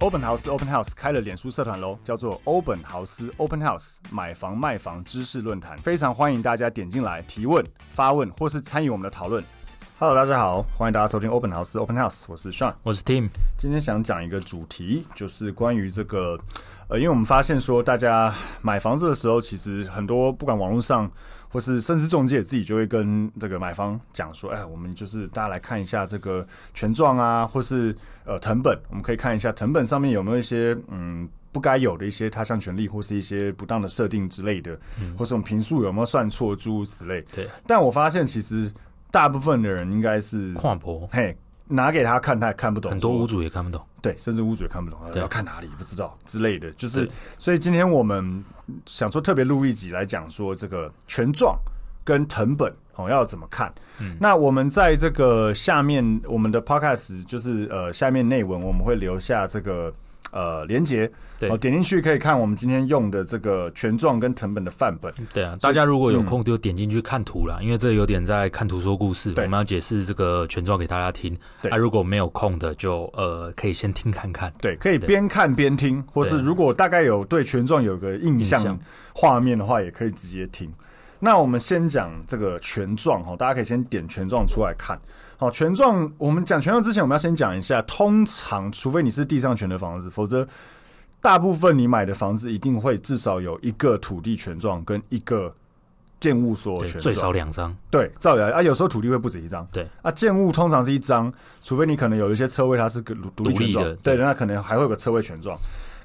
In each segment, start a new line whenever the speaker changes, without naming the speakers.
欧本豪斯 Open House 开了脸书社团喽，叫做欧本豪斯 Open House 买房卖房知识论坛，非常欢迎大家点进来提问、发问或是参与我们的讨论。Hello，大家好，欢迎大家收听欧本豪斯 Open House，我是 Sean。
我是 Tim，
今天想讲一个主题，就是关于这个，呃，因为我们发现说，大家买房子的时候，其实很多不管网络上或是甚至中介自己就会跟这个买方讲说，哎，我们就是大家来看一下这个权状啊，或是呃藤本，我们可以看一下藤本上面有没有一些嗯。不该有的一些他项权利，或是一些不当的设定之类的，或是我们平数有没有算错，诸如此类。
嗯对，
但我发现其实大部分的人应该是
跨博，
嘿，拿给他看，他也看不懂，
很多屋
主
主也看不懂。
对，甚至屋主也看不懂，
对
要看哪里不知道之类的，就是
对，
所以今天我们想说特别录一集来讲说这个权状跟藤本哦要怎么看。
嗯
那我们在这个下面我们的 podcast 就是呃下面内文我们会留下这个呃连接，
对
哦点进去可以看我们今天用的这个权状跟藤本的范本。
对啊，大家如果有空就点进去看图啦，因为这有点在看图说故事，
对
我们要解释这个权状给大家听。
对
啊，如果没有空的就呃可以先听看看。
对，可以边看边听，或是
对
如果大概有对权状有个印
印
象
象
画面的话，也可以直接听。那我们先讲这个权状哦哈，大家可以先点权状出来看。好，权状我们讲权状之前，我们要先讲一下，通常除非你是地上权的房子，否则大部分你买的房子一定会至少有一个土地权状跟一个建物所有
对，
权
最
状
少两张。
对，照理来啊，有时候土地会不止一张。
对
啊，建物通常是一张，除非你可能有一些车位它是个独独立
独立
权状
的，
对，
对
那可能还会有个车位权状。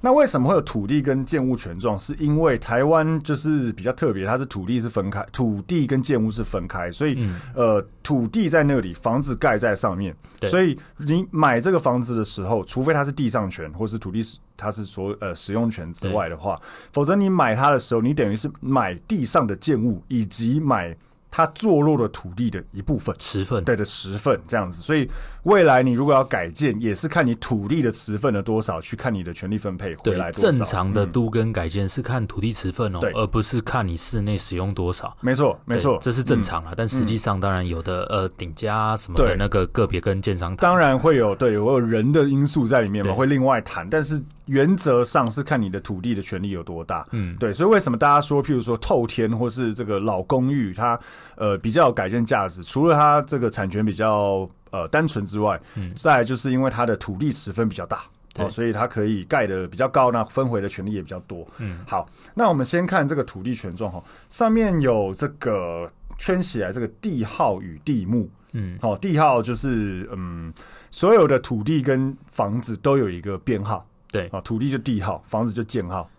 那为什么会有土地跟建物权状？是因为台湾就是比较特别，它是土地是分开，土地跟建物是分开，所以、
嗯
呃，土地在那里，房子盖在上面，
对
所以你买这个房子的时候，除非它是地上权或是土地是它是所呃使用权之外的话，否则你买它的时候，你等于是买地上的建物以及买它坐落的土地的一部分。
持份
对的持份这样子，所以未来你如果要改建，也是看你土地的持份的多少，去看你的权利分配回来
对，
多
正
少。
常的都跟改建是看土地持份哦
对，
而不是看你室内使用多少。
没错，没错
对，这是正常啊。但实际上，当然有的呃顶加啊什么的
对
那个个别跟建商谈
当然会有对，我有人的因素在里面嘛，
对
会另外谈。但是原则上是看你的土地的权利有多大。嗯，对，所以为什么大家说，譬如说透天或是这个老公寓，它呃比较有改建价值，除了它这个产权比较呃单纯之外，再来就是因为它的土地持分比较大。哦，
对
所以它可以盖的比较高，那分回的权利也比较多。嗯，好，那我们先看这个土地权状哈，上面有这个圈起来这个地号与地目。嗯，好、地号就是嗯，所有的土地跟房子都有一个编号
对
啊，土地就地号，房子就建号。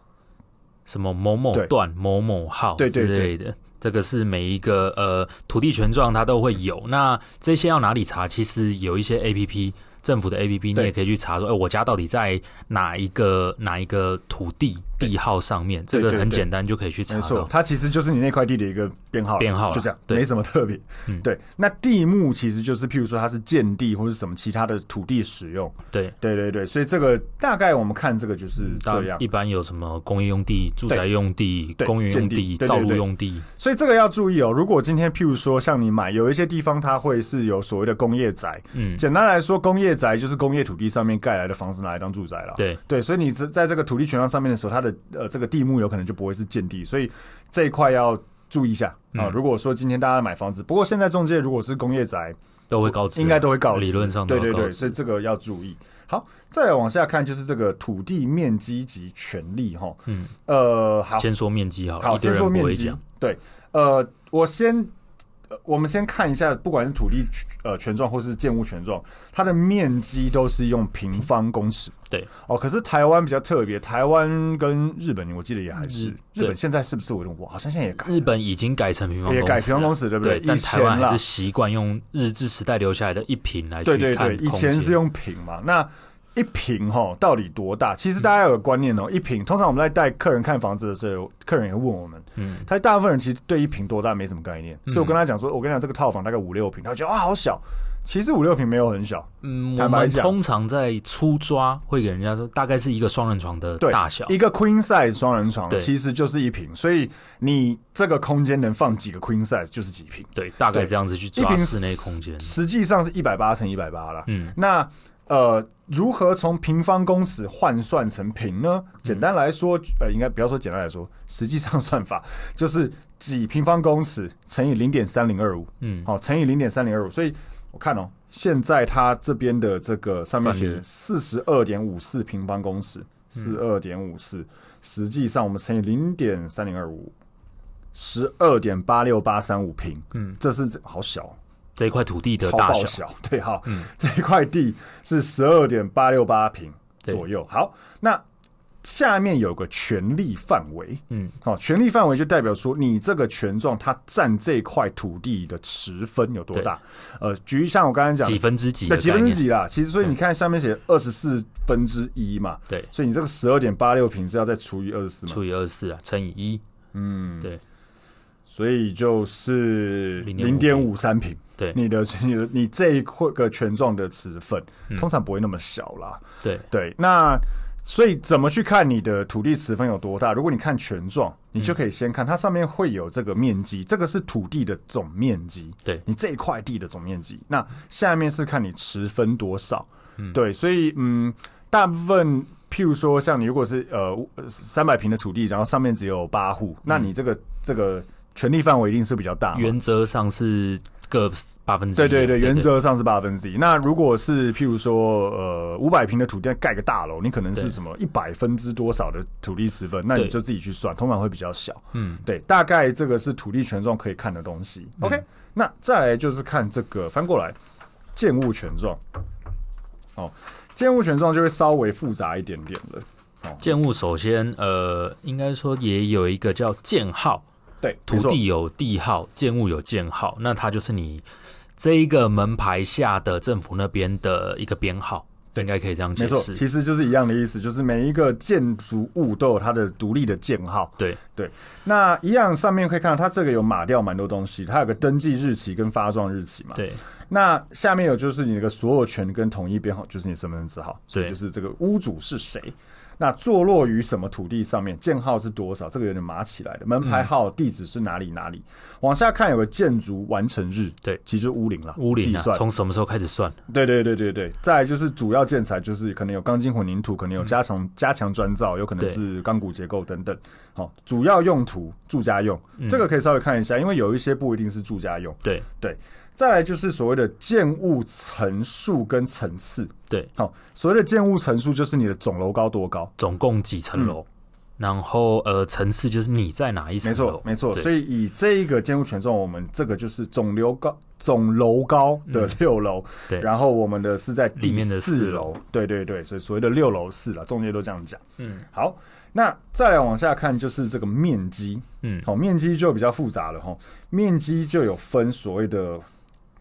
什么某某
对
段、某某号
对
之
对
类的。这个是每一个呃土地权状它都会有。那这些要哪里查？其实有一些 A P P，政府的 A P P，你
对
也可以去查说，哎、我家到底在哪一个哪一个土地地号上面？这
对
个
对
很
对
简单就可以去查
没错
到，。
它其实就是你那块地的一个编号，
编号啦
就这样，
对嗯
没什么特别。对，那地目其实就是譬如说它是建地或是什么其他的土地使用。
对，
对对对，所以这个大概我们看这个就是
嗯当
这
然
样
一。般有什么工业用地、住宅用地、
对
公园用
建地
地、
对对
道
对
路用地，
所以这个要注意哦。如果今天譬如说像你买，有一些地方它会是有所谓的工业宅。
嗯，
简单来说，工业宅就是工业土地上面盖来的房子拿来当住宅了。
对
对，所以你在在这个土地权状上面的时候，它的呃这个地目有可能就不会是建地，所以这一块要注意一下
嗯
啊。如果说今天大家买房子，不过现在中介如果是工业宅，
都会告知，
应该都会告知
理论上都
对
会
对
告
对，
知
所以这个要注意。好，再来往下看就是这个土地面积及权利哈。嗯，呃，好，
先说面积好了，
好，
一堆
先
人
说
不
面
会
积
讲。。
对，呃，我先呃我们先看一下，不管是土地呃权状或是建物权状，它的面积都是用平方公尺。
对，
哦，可是台湾比较特别，台湾跟日本，我记得也还是
日
日本
对
现在是不是我有点忘？好像现在也改了
日本已经改成平方公
也
尺了，
改平方公尺，对不
对，但
以
台
前
湾还
啦
是，习惯用日治时代留下来的一平来去
对对
看
对，以
空
前
间
是用平嘛，那。一平哈到底多大？其实大家有个观念哦，一平通常我们在带客人看房子的时候，客人也会问我们，
嗯
他大部分人其实对一平多大没什么概念，所以我跟他讲说，我跟你讲这个套房大概五六平，他觉得啊好小，其实五六平没有很小，
嗯，我
坦白
们
讲
通常在初抓会给人家说大概是一个双人床的
对，
大小，
一个 queen size 双人床
对
其实就是一平，所以你这个空间能放几个 queen size 就是几平，
对，大概
对
这样子去
一
抓
平
室内空间，
实际上是一百八乘一百八啦。
嗯，
那呃，如何从平方公尺换算成平呢？
嗯
简单来说，呃，应该不要说简单来说，实际上算法 就是几平方公尺乘以零点三零二五，
嗯
好，乘以零点三零二五。所以我看哦，现在它这边的这个上面
范
写
例
四十二点五四平方公
嗯
尺，四二点五四，实际上我们乘以零点三零二五。十二点八六八三五平，嗯
嗯，
这是好小哦，
这一块土地的
超
大
爆
小，嗯
小，对，好， 这一块地是十二点八六八平
对
左右。好，那下面有个权利范围，
嗯，
好、权利范围就代表说你这个权状它占这块土地的十分有多大？呃，举像我刚才讲
几分之几
那
的
几
概
分之
念，嗯
几啦？其实所以你看下面写二十四分之一嘛，
对，
所以你这个十二点八六平是要再除以二十四嘛，
除以二十四啊，乘以一，嗯，对
所以就是零点五
0.53
三平。
对
你的你的你这一块个权状的持份，
嗯
通常不会那么小啦。
对，
对，那所以怎么去看你的土地持分有多大？如果你看权状，你
嗯
就可以先看它上面会有这个面积，这个是土地的总面积，
对
你这一块地的总面积。那下面是看你持分多少，对，所以嗯，大部分。譬如说，像你如果是呃三百平的土地，然后上面只有八户，那你这个这个权利范围一定是比较大嘛。
嗯原则上是各八分之一
对对
啊，
对，原则上是八分之一。那如果是譬如说，呃，五百平的土地盖个大楼，你可能是
对
什么一百分之多少的土地持分，那你
对
就自己去算，通常会比较小。
嗯，
对，大概这个是土地权状可以看的东西。OK，那再来就是看这个翻过来建物权状。哦，建物权状就会稍微复杂一点点了。
建物首先，呃，应该说也有一个叫建号，
对，
土
没错
地有地号，建物有建号，那它就是你这一个门牌下的政府那边的一个编号，应该可以这样解
没错，
释。
其实就是一样的意思，就是每一个建筑物都有它的独立的建号。
对，
对，那一样上面可以看到，它这个有码掉蛮多东西，它有个登记日期跟发状日期嘛。。
对，
那下面有就是你的所有权跟统一编号，就是你身份证字号，所以
对
就是这个屋主是谁，那坐落于什么土地上面，建号是多少，这个有点码起来的，门牌号、
嗯
地址是哪里哪里。往下看有个建筑完成日，
对
其实就是屋龄了，
屋
计
龄啊，
算
从什么时候开始算？
对对对对对，再来就是主要建材，就是可能有钢筋混凝土，可能有加强、加强砖造，有可能
对
是钢骨结构等等。好，主要用途住家用，这个可以稍微看一下，因为有一些不一定是住家用。
对，
对，再来就是所谓的建物层数跟层次。
对，
好，所谓的建物层数就是你的总楼高多高。
总共几层
嗯
楼？然后呃，层次就是你在哪一层
没
楼
错，？没错。
对
所以以这一个建物权重，我们这个就是总楼高总楼高的六楼、
嗯对
然后我们的是在
里
第
面的
四
四
楼，对对对，所以所谓的六楼四了，中介都这样讲。嗯，好，那再来往下看就是这个面积，
嗯
好，面积就比较复杂了哈，面积就有分所谓的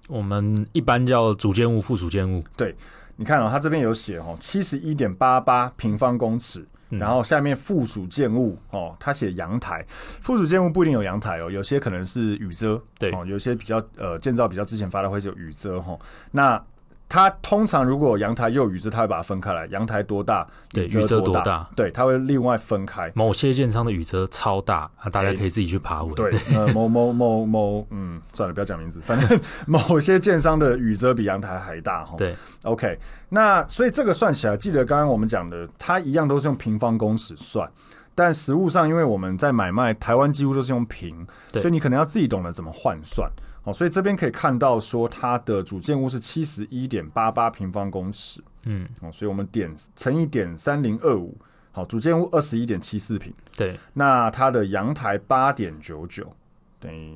我们一般叫主建物、附属建物，
对，你看哦，它这边有写哦，七十一点八八平方公尺。
嗯
然后下面附属建物哦，它写阳台，附属建物不一定有阳台哦，有些可能是雨遮，
对
哦，有些比较呃建造比较之前发的会是有雨遮哈、哦。那它通常如果有阳台又有雨遮，它会把它分开来，阳台多大，
对
雨
雨遮
多
多大
对，它会另外分开。
某些建商的雨遮超大啊，大家可以自己去爬文。
哎对，呃，某某某某，嗯，算了，不要讲名字，反正 某些建商的雨遮比阳台还大哦哈。
对
OK，那所以这个算起来，记得刚刚我们讲的，它一样都是用平方公尺算，但实物上，因为我们在买卖台湾几乎都是用平，
对
所以你可能要自己懂得怎么换算。哦，所以这边可以看到说，它的主建物是七十一点八八平方公尺，
嗯，
哦，所以我们点乘以点三零二五，好，主建物二十一点七四平，
对，
那它的阳台八点九九，等于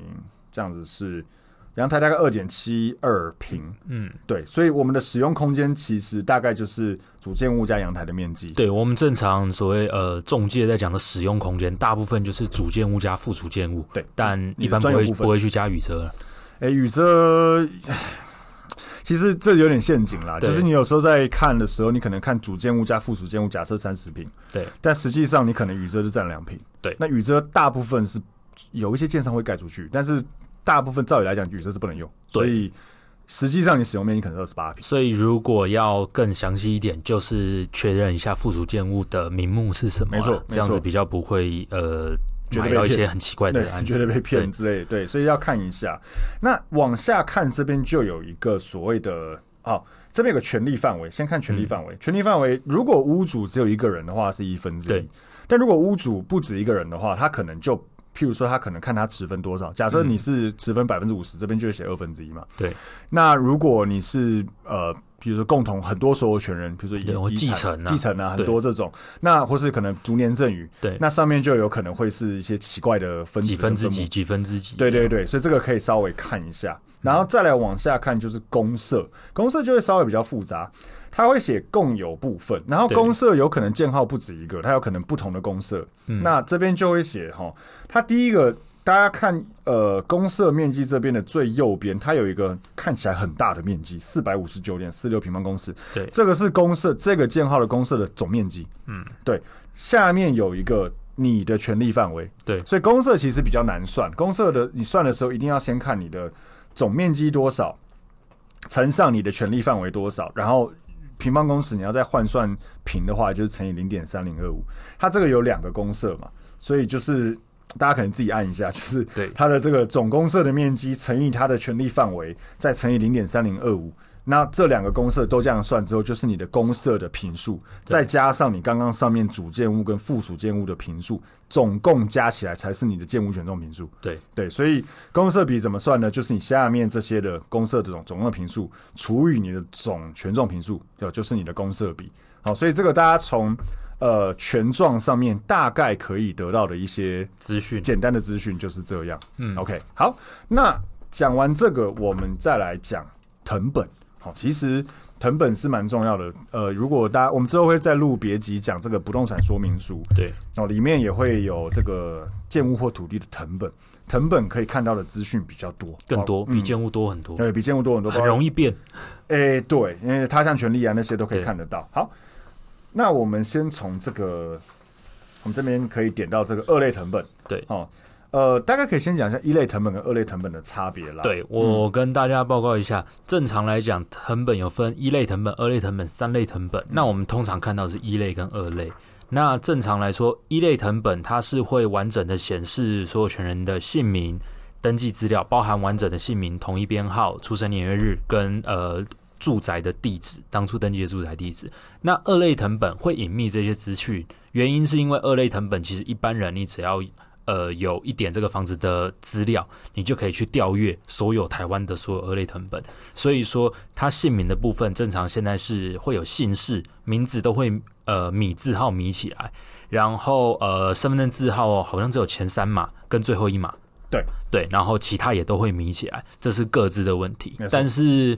这样子是阳台大概二点七二平，
嗯，
对，所以我们的使用空间其实大概就是主建物加阳台的面积。
对我们正常所谓呃中介在讲的使用空间，大部分就是主建物加附属建物，
对
但
你的
一般不
专有
会
部分
不会去加雨遮了。
哎，宇哲，其实这有点陷阱啦，
对
就是你有时候在看的时候，你可能看主建物加附属建物，假设三十平，
对，
但实际上你可能宇遮就占两平。
对
那宇遮大部分是有一些建商会盖出去，但是大部分照理来讲，宇遮是不能用，
对
所以实际上你使用面积可能二十八平。
所以如果要更详细一点，就是确认一下附属建物的名目是什么啊，
没错
这样
没
子
错
比较不会呃
觉得
买
被
到一
骗
些很奇怪
对
的，案
你
子，
觉得被骗
对
之类的，对，所以要看一下。那往下看这边就有一个所谓的哦，这边有个权利范围，先看权利范
嗯
围。权利范围，如果屋主只有一个人的话，是一分之一
对；
但如果屋主不止一个人的话，他可能就。譬如说，他可能看他持分多少。假设
嗯
你是持分百分之五十，这边就会写二分之一嘛。
对。
那如果你是呃，比如说共同很多所有权人，比如
对
说
或
遗遗
继
产
承啊
继承啊，很
对
多这种，那或是可能逐年赠与，
对
那上面就有可能会是一些奇怪的分子
几分之
跟母
几，几分之几，
对对对，所以这个可以稍微看一下，然后再来往下看就是公社，公社就会稍微比较复杂，它会写共有部分，然后
对
公社有可能建号不止一个，它有可能不同的公社，那这边就会写哈，它第一个大家看呃公社面积这边的最右边，它有一个看起来很大的面积，四百五十九点四六平方公尺，
对
这个是公社这个建号的公社的总面积，嗯，对，下面有一个你的权利范围，
对
所以公社其实比较难算，公社的你算的时候一定要先看你的总面积多少，乘上你的权利范围多少，然后平方公尺你要再换算平的话，就是乘以零点三零二五。它这个有两个公社嘛，所以就是大家可能自己按一下， 就是
对
它的这个总公社的面积乘以它的权利范围，再乘以零点三零二五。那这两个公社都这样算之后，就是你的公社的平数，再加上你刚刚上面主建物跟附属建物的平数，总共加起来才是你的建物权重平数。
对
对，所以公社比怎么算呢？就是你下面这些的公社这种总共的平数除以你的总权重平数，对，就是你的公社比。好，所以这个大家从呃权状上面大概可以得到的一些
资讯
简单的资讯就是这样。嗯，OK，好，那讲完这个，我们再来讲藤本。好，其实藤本是蛮重要的。呃，如果大家我们之后会再录别集讲这个不动产说明书，
对
哦，里面也会有这个建物或土地的藤本，藤本可以看到的资讯比较多，
更
哦，
多比建物多很多，
对比建物多很多，
很容
易。
易变。
诶、对，因为他项权利啊那些都可以
对
看得到。好，那我们先从这个，我们这边可以点到这个二类藤本
对
哦，呃，大概可以先讲一下一类藤本跟二类藤本的差别啦。，
对，我跟大家报告一下，正常来讲，藤本有分一类藤本、二类藤本、三类藤本。那我们通常看到是一类跟二类。那正常来说，一类藤本它是会完整的显示所有权人的姓名、登记资料，包含完整的姓名、统一编号、出生年月日跟呃住宅的地址，当初登记的住宅地址。那二类藤本会隐秘这些资讯，原因是因为二类藤本其实一般人你只要呃有一点这个房子的资料，你就可以去调阅所有台湾的所有二类藤本。所以说，它姓名的部分正常现在是会有姓氏、名字都会呃米字号米起来，然后呃身份证字号哦好像只有前三码跟最后一码。
对
对，然后其他也都会米起来，这是各自的问题
没错。
但是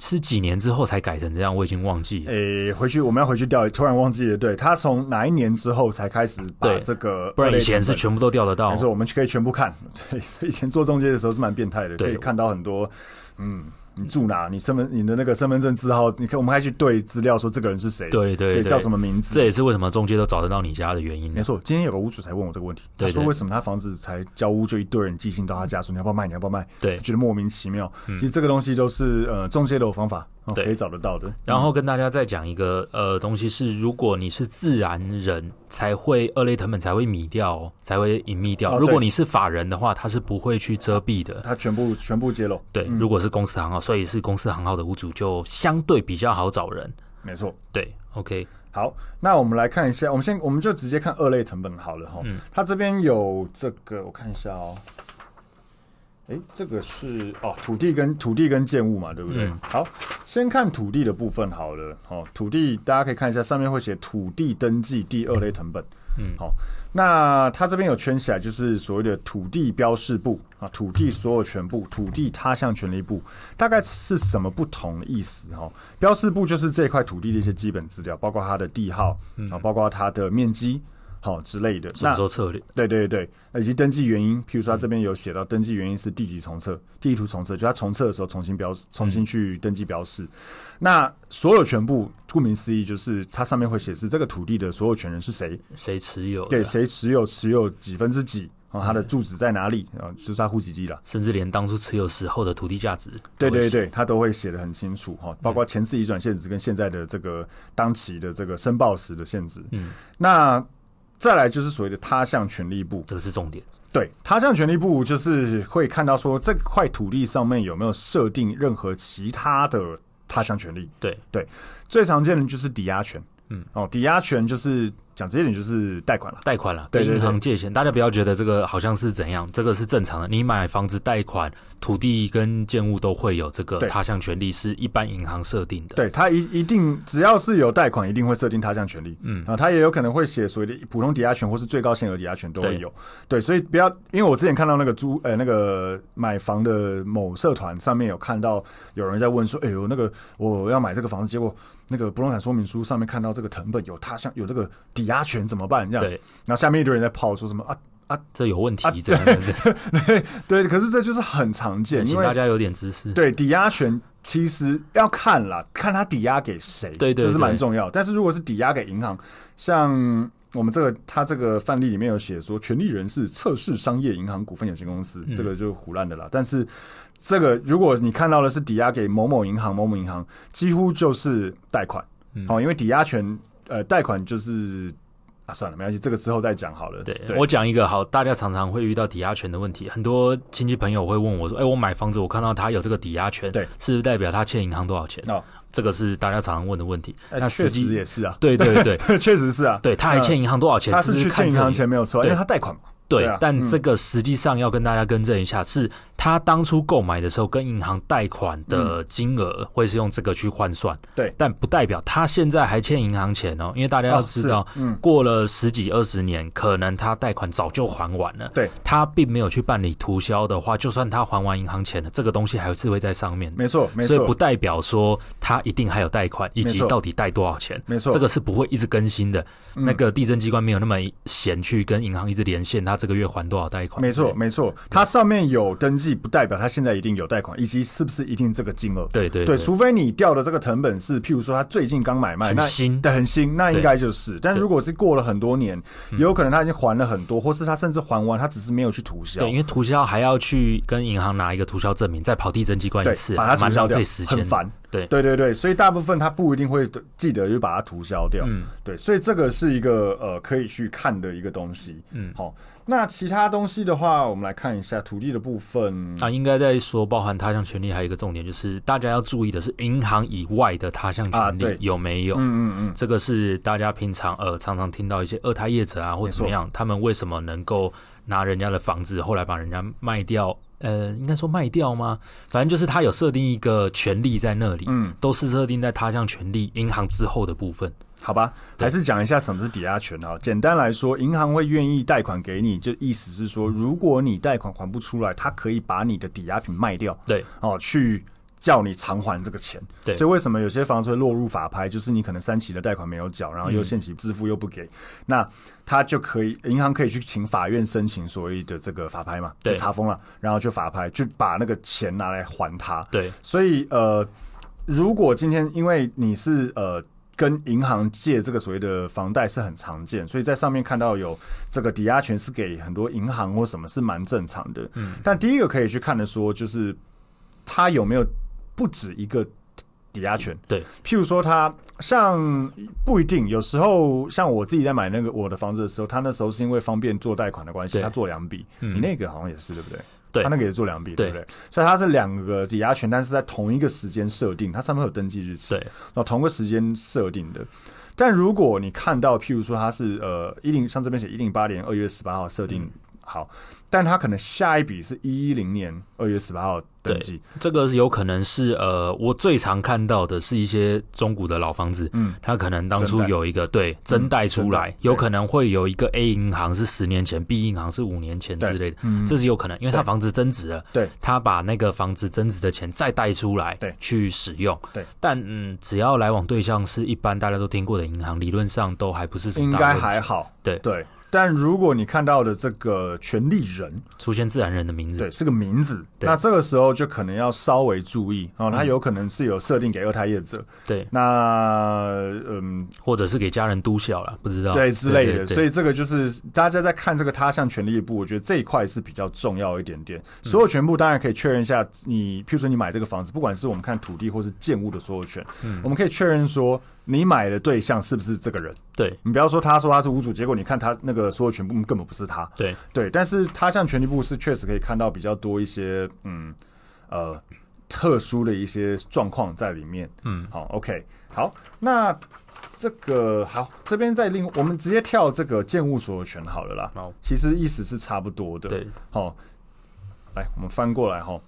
是几年之后才改成这样，我已经忘记了。
诶、回去我们要回去调，突然忘记了，对他从哪一年之后才开始把
对
这个
不然
二类
以前
藤
是
本
全部都调得到
没。错，我们可以全部看。 对，所以以前做中介的时候是蛮变态的，可
对
以看到很多，嗯，你住哪，你身份，你的那个身份证字号，你看我们还去对资料说这个人是谁，
对对对，
叫什么名字。
这也是为什么中介都找得到你家的原因啊
没。错，今天有个屋主才问我这个问题，他
对
说
对
为什么他房子才交屋就一堆人寄信到他家说你要不要卖，你要不要卖，
对嗯
他觉得莫名其妙。其实这个东西都是呃中介都有方法、哦
对
可以找得到的。
然后跟大家再讲一个呃东西是，如果你是自然人，才会二类藤本才会米掉、哦，才会隐秘掉。
哦对
如果你是法人的话，它是不会去遮蔽的。
他全部全部揭露，
对，如果是公司行号，所以是公司行号的屋主就相对比较好找人。
没错。
对，OK，
好，那我们来看一下，我们先我们就直接看二类藤本好了哈。
嗯
它这边有这个，我看一下哦。诶，哎这个是哦，嗯土地跟土地跟建物嘛，对不对？好，先看土地的部分好了。哦，土地大家可以看一下，上面会写土地登记第二类藤本。嗯，好、那它这边有圈起来，就是所谓的土地标示部啊，土地所有权部、土地他项权利部，大概是什么不同的意思哈？标示部就是这块土地的一些基本资料，包括它的地号啊，包括它的面积。好之类的，
什
那
么时候策略？
对对对，呃以及登记原因，譬如说他这边有写到登记原因是地籍重测、地图重测，就他重测的时候重新标示、重新去登记标示。那所有权部，顾名思义就是它上面会显示这个土地的所有权人是谁，
谁持有？啊
对啊
吧，
谁持有，持有几分之几，然后他的住址在哪里，然后就是他户籍地了。
甚至连当初持有时候的土地价值，
对对，对，他都会写嗯的很清楚哈，包括前次移转限制跟现在的这个当期的这个申报时的限制。
嗯，
那再来就是所谓的他项权利部，
这是重点。
对，他向权利部就是会看到说这块土地上面有没有设定任何其他的他项权利。
对，
最常见的就是抵押权，
嗯，
哦，抵押权就是讲直接点就是贷款了。
贷款啦，
对
跟
对对
银行借钱，大家不要觉得这个好像是怎样，这个是正常的。你买房子贷款，土地跟建物都会有这个
对
他项权利，是一般银行设定的。
对他一一定只要是有贷款，一定会设定他项权利。
嗯
啊，他也有可能会写所谓的普通抵押权或是最高限额抵押权都会
对
有。对，所以不要，因为我之前看到那个租呃那个买房的某社团上面有看到有人在问说，哎呦那个我要买这个房子，结果那个不动产说明书上面看到这个成本有他项有这个抵押权怎么办？这样，
对，
然后下面一堆人在泡说什么啊？
这有
啊
问题，真 的，真的
对，可是这就是很常见，因
请
为
大家有点知识。
对抵押权其实要看啦，看他抵押给谁，
对对
这是蛮
对
重要。但是如果是抵押给银行，像我们这个他这个范例里面有写说，权利人是测试商业银行股份有限公司，
嗯
这个就胡乱的啦。但是这个如果你看到的是抵押给某某银行、某某银行，几乎就是贷款，
嗯
哦，因为抵押权呃贷款就是。啊，算了，没关系，这个之后再讲好了。
对我讲一个好，大家常常会遇到抵押权的问题，很多亲戚朋友会问我说：“哎、我买房子，我看到他有这个抵押权，
对
是不是代表他欠银行多少钱？”
哦，
这个是大家常常问的问题。
呃
那
确
实
实
际
也是啊，
对对对
确实是啊，
对，他还欠银行多少钱？
他
是
是
不
去
是
欠
看
银
这
行
里
钱没有错，
对
因为他贷款嘛。对
对
啊，
但这个实际上要跟大家更正一下，是他当初购买的时候跟银行贷款的金额会是用这个去换算，
对
但不代表他现在还欠银行钱哦，因为大家要
哦是
知道，
嗯
过了十几二十年，可能他贷款早就还完了，
对，
他并没有去办理涂销的话，就算他还完银行钱了，这个东西还是会在上面的，
没错，没
所以不
错，
代表说他一定还有贷款，以
没
及
错
到底贷多少钱。
没错
这个是不会一直更新的。
嗯
那个地震机关没有那么闲去跟银行一直连线，他这个月还多少贷款？
没错，。没错。它上面有登记，不代表它现在一定有贷款，以及是不是一定这个金额。
对对
对，除非你调的这个成本是，譬如说他最近刚买卖，
很
那
新
对，很新，那应
对
该就是。但
对嗯
如果是过了很多年，也有可能他已经还了很多，或是他甚至还完，他只是没有去涂销
对，，因为涂销还要去跟银行拿一个涂销证明，再跑地震机关一
对
次，，
把它涂
啊蛮
销
浪
掉
费时，
很
间的。
烦。
对
对对对，所以大部分他不一定会记得就把它涂销掉。
嗯
对，所以这个是一个呃可以去看的一个东西。
嗯
好，那其他东西的话，我们来看一下土地的部分。嗯
啊，应该在说包含他项权利，还有一个重点就是大家要注意的是，银行以外的他项
啊
权
对
利有没有？
嗯嗯嗯，
这个是大家平常呃常常听到一些二胎业者啊或
没错
怎么样，他们为什么能够拿人家的房子，后来把人家卖掉？呃，应该说卖掉吗？反正就是他有设定一个权利在那里，
嗯，
都是设定在他项权利银行之后的部分。
好吧，
对
还是讲一下什么是抵押权啊。简单来说，银行会愿意贷款给你，就意思是说，如果你贷款还不出来，他可以把你的抵押品卖掉，
对
哦，去叫你偿还这个钱。
对
所以为什么有些房子会落入法拍，就是你可能三期的贷款没有缴，然后又限期支付又不给，
嗯
那他就可以，银行可以去请法院申请所谓的这个法拍嘛，就
对
查封了，然后就法拍，就把那个钱拿来还他。
对，
所以呃，如果今天因为你是呃跟银行借这个所谓的房贷是很常见，所以在上面看到有这个抵押权是给很多银行或什么是蛮正常的。嗯，但第一个可以去看的说，就是它有没有不止一个抵押权。
对，
譬如说它像不一定，有时候像我自己在买那个我的房子的时候，他那时候是因为方便做贷款的关系，
对嗯
他做两笔，你那个好像也是对不对？
对
他那个也是做两笔，对
对
不对？所以它是两个抵押权，但是在同一个时间设定，它上面有登记日期，
对，
然后同个时间设定的。
嗯
但如果你看到，譬如说它是呃一零，像这边写一零八年二月十八号设定好，但他可能下一笔是一一零年二月十八号登
对
记，，
这个是有可能是呃，我最常看到的是一些中古的老房子，
嗯，
它可能当
真
初
贷
有一个对真贷出
真
来，
贷
有
对
可能会有一个 A 银行是十年前，B 银行是五年前之类的，
嗯
这是有可能，因为它
对
房子增值了，
对，
他把那个房子增值的钱再贷出来，
对
去使用，
对，
但嗯，只要来往对象是一般大家都听过的银行，理论上都还不是什么
应
大
该
问题
还好。
对
对，但如果你看到的这个权利人，
出现自然人的名字，
对，是个名字，
嗯对嗯
那这个时候就可能要稍微注意哦，他有可能是有设定给二胎业者，
对，
那嗯，
或者是给家人督小了，不知道
对之类
啊对
的，
对
所以这个就是大家在看这个他项权利部，我觉得这一块是比较重要一点点。
嗯
所有权部当然可以确认一下你，譬如说你买这个房子，不管是我们看土地或是建物的所有权，
嗯
我们可以确认说你买的对象是不是这个人。
对
你不要说他说他是屋主，结果你看他那个所有权部根本不是他。
对
对，但是他向权力部是确实可以看到比较多一些嗯呃特殊的一些状况在里面。嗯，好，OK，好，那这个好，这边再另我们直接跳这个建物所有权好了啦。
好
其实意思是差不多的。
对，
好、来我们翻过来哈、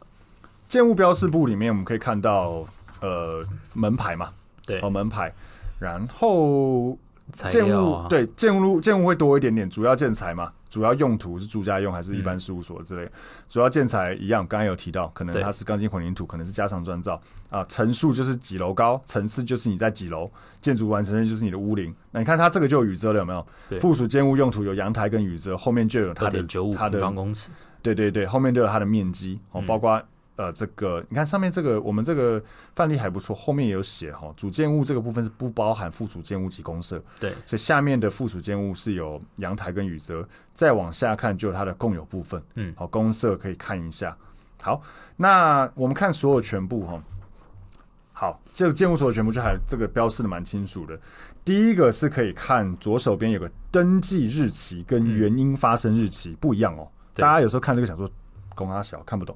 建物标示部里面我们可以看到呃门牌嘛，
对
哦，门牌，然后
材
建
料
物、
啊，
对建物建物会多一点点，主要建材嘛，主要用途是住家用还是一般事务所之类的。主要建材一样，刚刚有提到，可能
对
它是钢筋混凝土，可能是加长砖造啊，层数就是几楼高，层次就是你在几楼，建筑完成日就是你的屋龄。那你看它这个就有雨遮了，有没
对
有？附属建物用途有阳台跟雨遮，后面就有它
二
的
点九五
它
平
的
方公尺，嗯
对对对，后面都有它的面积哦，包括、呃这个，你看上面这个我们这个范例还不错，后面也有写哈、哦，主建物这个部分是不包含附属建物及公社，
对
所以下面的附属建物是有阳台跟雨遮，再往下看就有它的共有部分，
嗯
好、公社可以看一下。好，那我们看所有全部哈、哦。好，这个建物所有全部就还这个标示的蛮清楚的。第一个是可以看左手边有个登记日期跟原因发生日期、不一样哦。
对嗯
大家有时候看这个想说公阿小看不懂。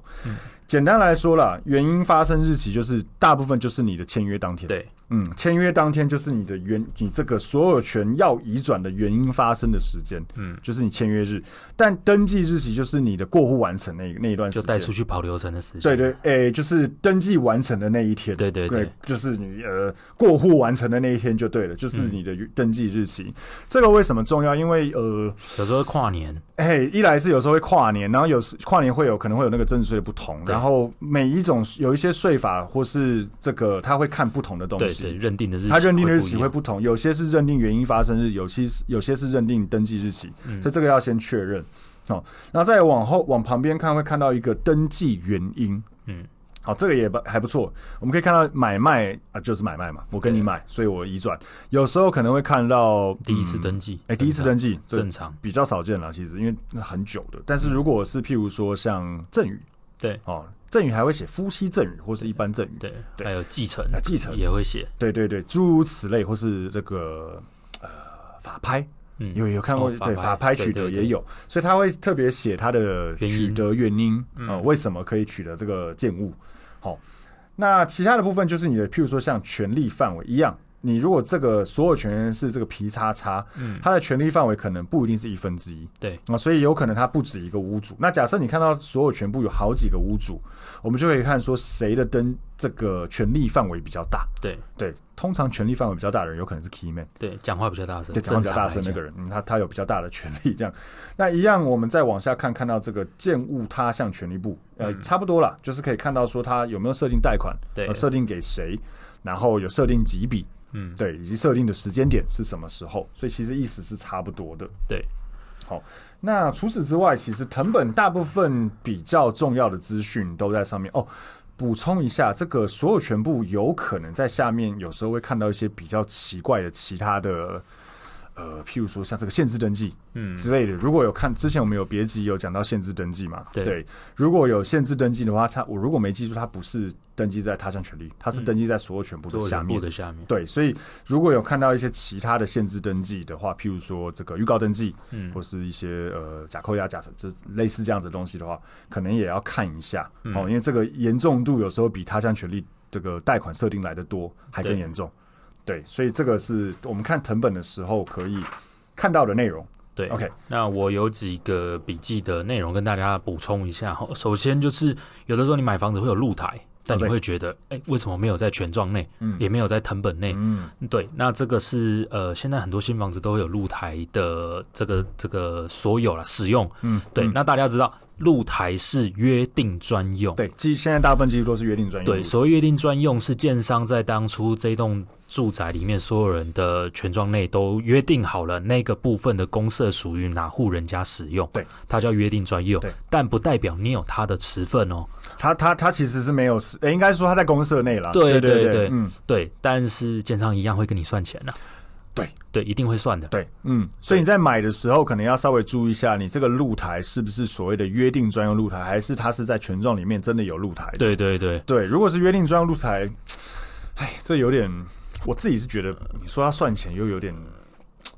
简单来说啦，原因发生日期就是大部分就是你的签约当天。，
对
嗯，签约当天就是你的原你这个所有权要移转的原因发生的时间，嗯，就是你签约日。但登记日期就是你的过户完成那那一段时
就
间，
带出去跑流程的时间，
对对，诶、就是登记完成的那一天，
对对对
就是你呃过户完成的那一天就对了，就是你的登记日期。这个为什么重要？因为呃，
有时候跨年，
哎，一来是有时候会跨年，然后有时跨年会有可能会有那个增值税的不同，
对
然后每一种有一些税法或是这个他会看不同的东
对
西，
对，认定的日期，
他认定的日期会，不同，有些是认定原因发生日，有些是有些是认定登记日期，
嗯
所以这个要先确认哦。然后再往后往旁边看，会看到一个登记原因，
嗯
嗯，好，这个也不还不错。我们可以看到买卖啊，就是买卖嘛，我跟你买，所以我移转。有时候可能会看到
第一次
嗯
登记，
哎、第一次登记这
正常，
比较少见了，其实因为那是很久的。但是如果是譬如说像赠与
对
哦，赠与还会写夫妻赠与或是一般赠与，
对，
对
还有继承
啊，继承
也会写，
对对对，诸如此类，或是这个呃法拍，
嗯，
有有看过、
哦
对
法拍
法拍取
对
得
对对
也有，所以他会特别写他的
原因嗯
取得原因，呃，为什么可以取得这个建物？好，那其他的部分就是你的，譬如说像权利范围一样。你如果这个所有权人是这个皮叉叉，
嗯
他的权利范围可能不一定是一分之一，
对
啊，所以有可能它不止一个屋主。那假设你看到所有全部有好几个屋主，我们就可以看说谁的登这个权利范围比较大。
对
对，通常权力范围比较大的人，有可能是 key man，
对，讲话比较大声，
对，讲话比较大声
正常
那个
来讲，
人，嗯，他他有比较大的权力。这样， 那一样，我们再往下看，看到这个建物他项权利部，呃，差不多啦，就是可以看到说他有没有设定贷款，
嗯对
呃设定给谁，然后有设定几笔，
嗯，
对，以及设定的时间点是什么时候，所以其实意思是差不多的。
对
好，那除此之外，其实藤本大部分比较重要的资讯都在上面哦。补充一下，这个所有全部有可能在下面，有时候会看到一些比较奇怪的其他的，呃，譬如说像这个限制登记，嗯之类的。如果有看之前我们有别集有讲到限制登记嘛，
对
如果有限制登记的话，它我如果没记住，它不是登记在他项权利，它是登记在所有全部的
做
下
嗯全
面
部的下面，
对，所以如果有看到一些其他的限制登记的话，譬如说这个预告登记，
嗯
或是一些呃假扣押、假就类似这样子的东西的话，可能也要看一下、
嗯
哦，因为这个严重度有时候比他项权利这个贷款设定来的多，还更
对
严重。对，所以这个是我们看藤本的时候可以看到的内容。
对
OK
那我有几个笔记的内容跟大家补充一下哈。首先就是有的时候你买房子会有露台，但你
哦对
会觉得，哎、为什么没有在权状内，
嗯
也没有在藤本内？
嗯，
对，那这个是呃，现在很多新房子都会有露台的这个这个所有了使用。
嗯，
对，那大家知道露台是约定专用。
对，基现在大部分几乎都是约定专用
对，
路，
所谓约定专用是建商在当初这栋住宅里面所有人的权状内都约定好了，那个部分的公社属于哪户人家使用，
对，
它叫约定专用
对，啊
但不代表你有它的持份哦。
他他他其实是没有实，诶应该说他在公社内啦。对
对对对
嗯，
对，但是建商一样会跟你算钱呐、
对
对，一定会算的。
对，嗯，所以你在买的时候，可能要稍微注意一下，你这个露台是不是所谓的约定专用露台，还是它是在权状里面真的有露台的？
对对对，
对，如果是约定专用露台，哎，这有点，我自己是觉得你说要算钱又有点，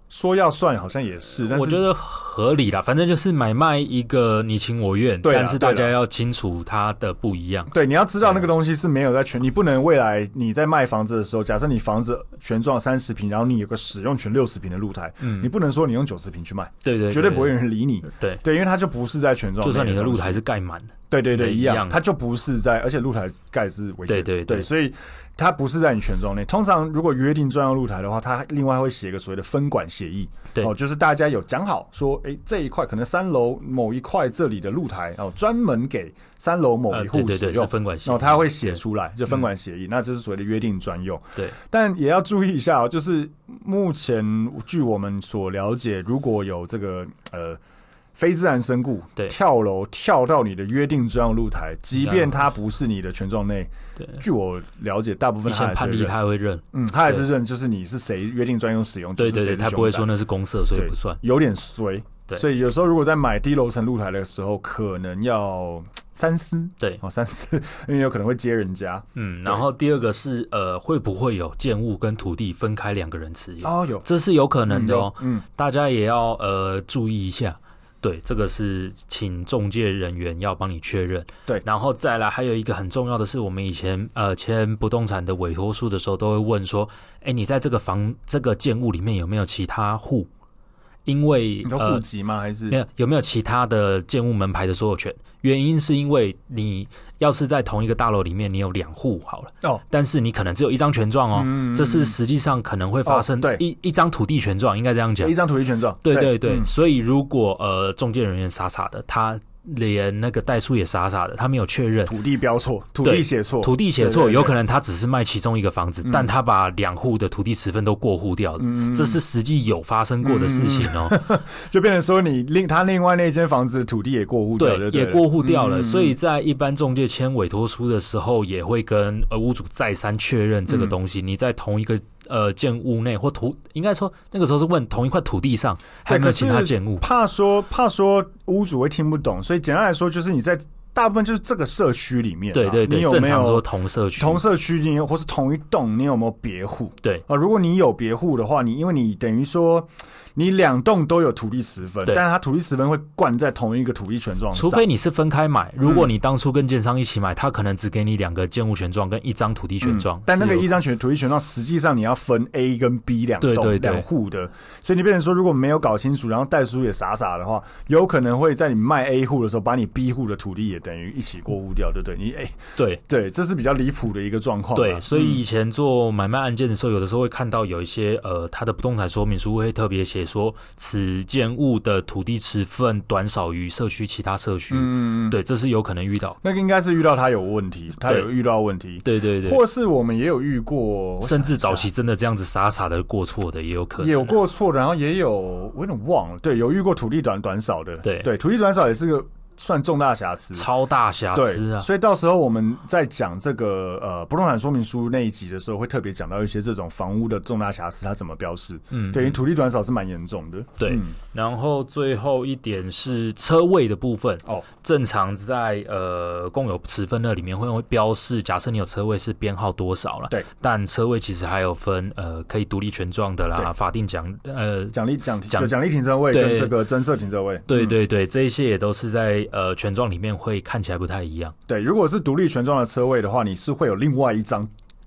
说要算好像也是，但是
我觉得合理啦，反正就是买卖一个你情我愿，
对啦
但是大
对
家
啦哦
要清楚它的不一样。
对，你要知道那个东西是没有在权，你不能未来你在卖房子的时候，假设你房子全幢三十平，然后你有个使用权六十平的露台，你不能说你用九十平去卖，
嗯对对对，
绝对不会有
对。
人理你。
对，
对，因为它就不是在权状，
就算你的露台是盖满的，
对对对
对
一
一
样，
样
它就不是在，而且露台盖是违建的，
对对对
对，所以它不是在你权状内。通常如果约定专用露台的话，它另外会写一个所谓的分管协议，
对
哦，就是大家有讲好说，诶，这一块可能三楼某一块这里的露台哦，专门给三楼某
呃，
一
对
户
对
使
对，
用
是。分管协
然后
议，嗯
它会写出来，就分管协议，那就是所谓的约定专用。
对
但也要注意一下哦，就是目前据我们所了解，如果有这个呃非自然身故，
对
跳楼跳到你的约定专用露台，即便
嗯
它不是你的权状内，
对。
据我了解，大部分
你
他
先
还是
判例
认，
他还会认，
嗯，他还是认，就是你是谁约定专用使用，
对
就是
对
谁
对，
是
他不会
凶
说
宅
那是公社，所以
对
不算。
有点衰。
对
所以有时候如果在买低楼层露台的时候，可能要嘖三思
对，
哦，三思， 因为有可能会接人家。
嗯，然后第二个是呃，会不会有建物跟土地分开两个人持有？
哦，有
这是有可能的
有
哦，
嗯，
大家也要呃注意一下。对，这个是请中介人员要帮你确认。
对
然后再来还有一个很重要的是，我们以前呃签不动产的委托书的时候，都会问说，哎，你在这个房这个建物里面有没有其他户？因为
你说户
呃
籍吗？还是
没有有没有其他的建物门牌的所有权？原因是因为你要是在同一个大楼里面，你有两户好了，
哦，
但是你可能只有一张权状哦，这是实际上可能会发生
嗯哦对
一、一张土地权状，应该这样讲
一。张土地权证，
对对对，
嗯
所以如果呃中介人员傻傻的，他连那个代书也傻傻的，他没有确认。
土地标错，土
对
地写错，
土地写
对对
错，
嗯对
有可能他只是卖其中一个房子，但他把两户的土地持分都过户掉了，
嗯
这是实际有发生过的事情哦。
就变成说你另他另外那间房子的土地也过户掉了，
对，
对嗯
也
了
过户掉了。所以在一般中介签委托书的时候，也会跟呃屋主再三确认这个东
嗯
西，你在同一个呃建物内或土，应该说那个时候是问同一块土地上
对，
还有没
可
有其他
是啊
建物。
怕说怕说屋主会听不懂，所以简单来说就是你在大部分就是这个社区里面啊，
对对对，
你有
正
没
常说
有
同社区，
同社区你有或是同一栋，你有没有别户？
对
啊，如果你有别户的话，你因为你等于说你两栋都有土地持分，
对
但是它土地持分会灌在同一个土地权状上，
除非你是分开
嗯
买，如果你当初跟建商一起买，他可能只给你两个建物权状跟一张土地权状，
嗯但那个
是有
一张权土地权状，实际上你要分 A 跟 B 两
对
栋
对对
两户的，所以你变成说，如果没有搞清楚，然后代书也傻傻的话，有可能会在你卖 A 户的时候，把你 B 户的土地也等于一起过户掉，对不对？你哎、
对。
对，这是比较离谱的一个状况啊。
对，所以以前做买卖案件的时候，有的时候会看到有一些呃，它的不动产说明书会特别写说，此建物的土地持份短少于社区其他社区。嗯，对，这是有可能遇到。
那个应该是遇到他有问题，他有遇到问题，
对对对，
或是我们也有遇过，
甚至早期真的这样子傻傻的过错的也有可能。
有过错，然后也有我有点忘了，对，有遇过土地短短少的，
对
对，土地短少也是个算重大瑕疵，
超大瑕疵
对，
啊！
所以到时候我们在讲这个呃不动产说明书那一集的时候，会特别讲到一些这种房屋的重大瑕疵，它怎么标示。嗯，对，因为土地短少是蛮严重的。
对，
嗯
然后最后一点是车位的部分。
哦，
正常在呃共有持分那里面会会标示，假设你有车位是编号多少了。
对，
但车位其实还有分呃可以独立权状的啦，
对嗯
法定奖呃。
奖励奖
奖
就奖励停车位
对
跟这个增设停车位。
对对对，这一些也都是在呃权状里面会看起来不太一样。
对，如果是独立权状的车位的话，你是会有另外一张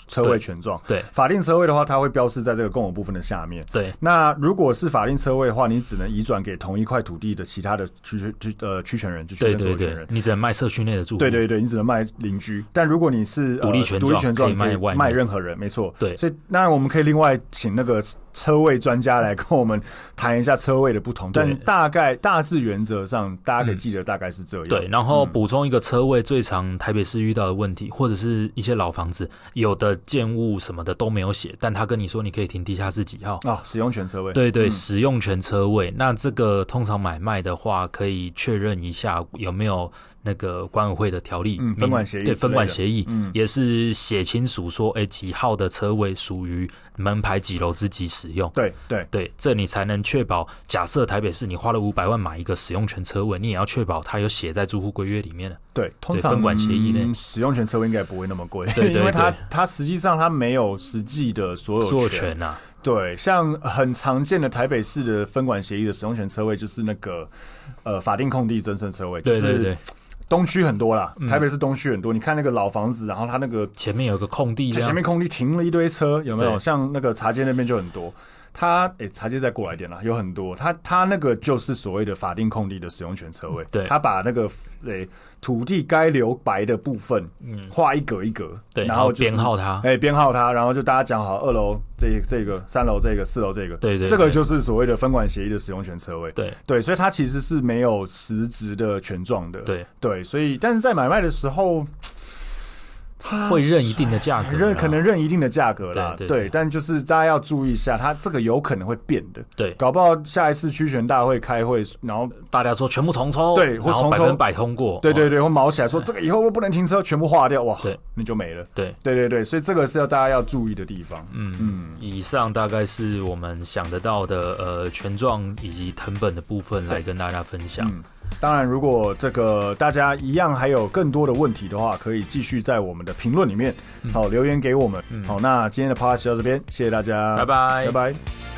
车位权状。
对
法定车位的话，它会标示在这个共有部分的下面。
对
那如果是法定车位的话，你只能移转给同一块土地的其他的区权区呃区权人，就区
对
权所
对
有权
对
人，。
你只能卖社区内的住户。
对对对，你只能卖邻居。但如果你是
独立权
呃、独立
状
权状，
可以
你可以
卖外面
卖任何人，没错。
对
所以当然我们可以另外请那个车位专家来跟我们谈一下车位的不同，
对
但大概大致原则上，大家可以记得大概是这样。
对，然后补充一个车位最常台北市遇到的问题，或者是一些老房子，有的建物什么的都没有写，但他跟你说你可以停地下室几号。
啊、使用权车位。
对对，使用权车位，那这个通常买卖的话，可以确认一下有没有那个管委会的条例，
嗯分管协议
对
之类
分
的嗯
管协议，也是写清楚说，哎，几号的车位属于门牌几楼之几使用。
对对
对，这你才能确保。假设台北市你花了五百万买一个使用权车位，你也要确保它有写在住户规约里面的。
对，通常
分管协议内
嗯使用权车位应该不会那么贵，
对对 对
因为它它实际上它没有实际的所有
所有权啊，
对，像很常见的台北市的分管协议的使用权车位，就是那个呃法定空地增设车位，就
对对
是
对，
东区很多啦，
嗯
台北市东区很多。你看那个老房子，然后它那个
前面有个空地这
前
样
面，空地停了一堆车，有没有？
对
像那个茶街那边就很多。它诶、茶街再过来一点啦，有很多。它它那个就是所谓的法定空地的使用权车位，
对
它把那个诶、土地该留白的部分，嗯，画一格一格，
对，
然
然后
就是
编号它，
哎，编号它，然后就大家讲好，二楼这这个，三楼这个，四楼这个，
对对
这个
对
就是所谓的分管协议的使用权车位。
对
对，所以它其实是没有实质的权状的。
对，
对，所以但是在买卖的时候，它
会认一定的价格，啊
认可能认一定的价格啦，
对对对
但就是大家要注意一下，它这个有可能会变的。
对
搞不好下一次区权大会开会，然后
大家说全部重抽，
对或
然后
重
百
抽
分百通过，
对
哦
对对，我毛起来说这个以后不能停车，全部划掉，哇，
对，
你就没了。
对。
对对对，所以这个是要大家要注意的地方。
嗯以上大概是我们想得到的呃权状以及藤本的部分来跟大家分享。
当然，如果这个大家一样还有更多的问题的话，可以继续在我们的评
嗯
论里面好、留言给我们。好，那今天的 podcast 就到这边，谢谢大家，
拜拜
拜拜。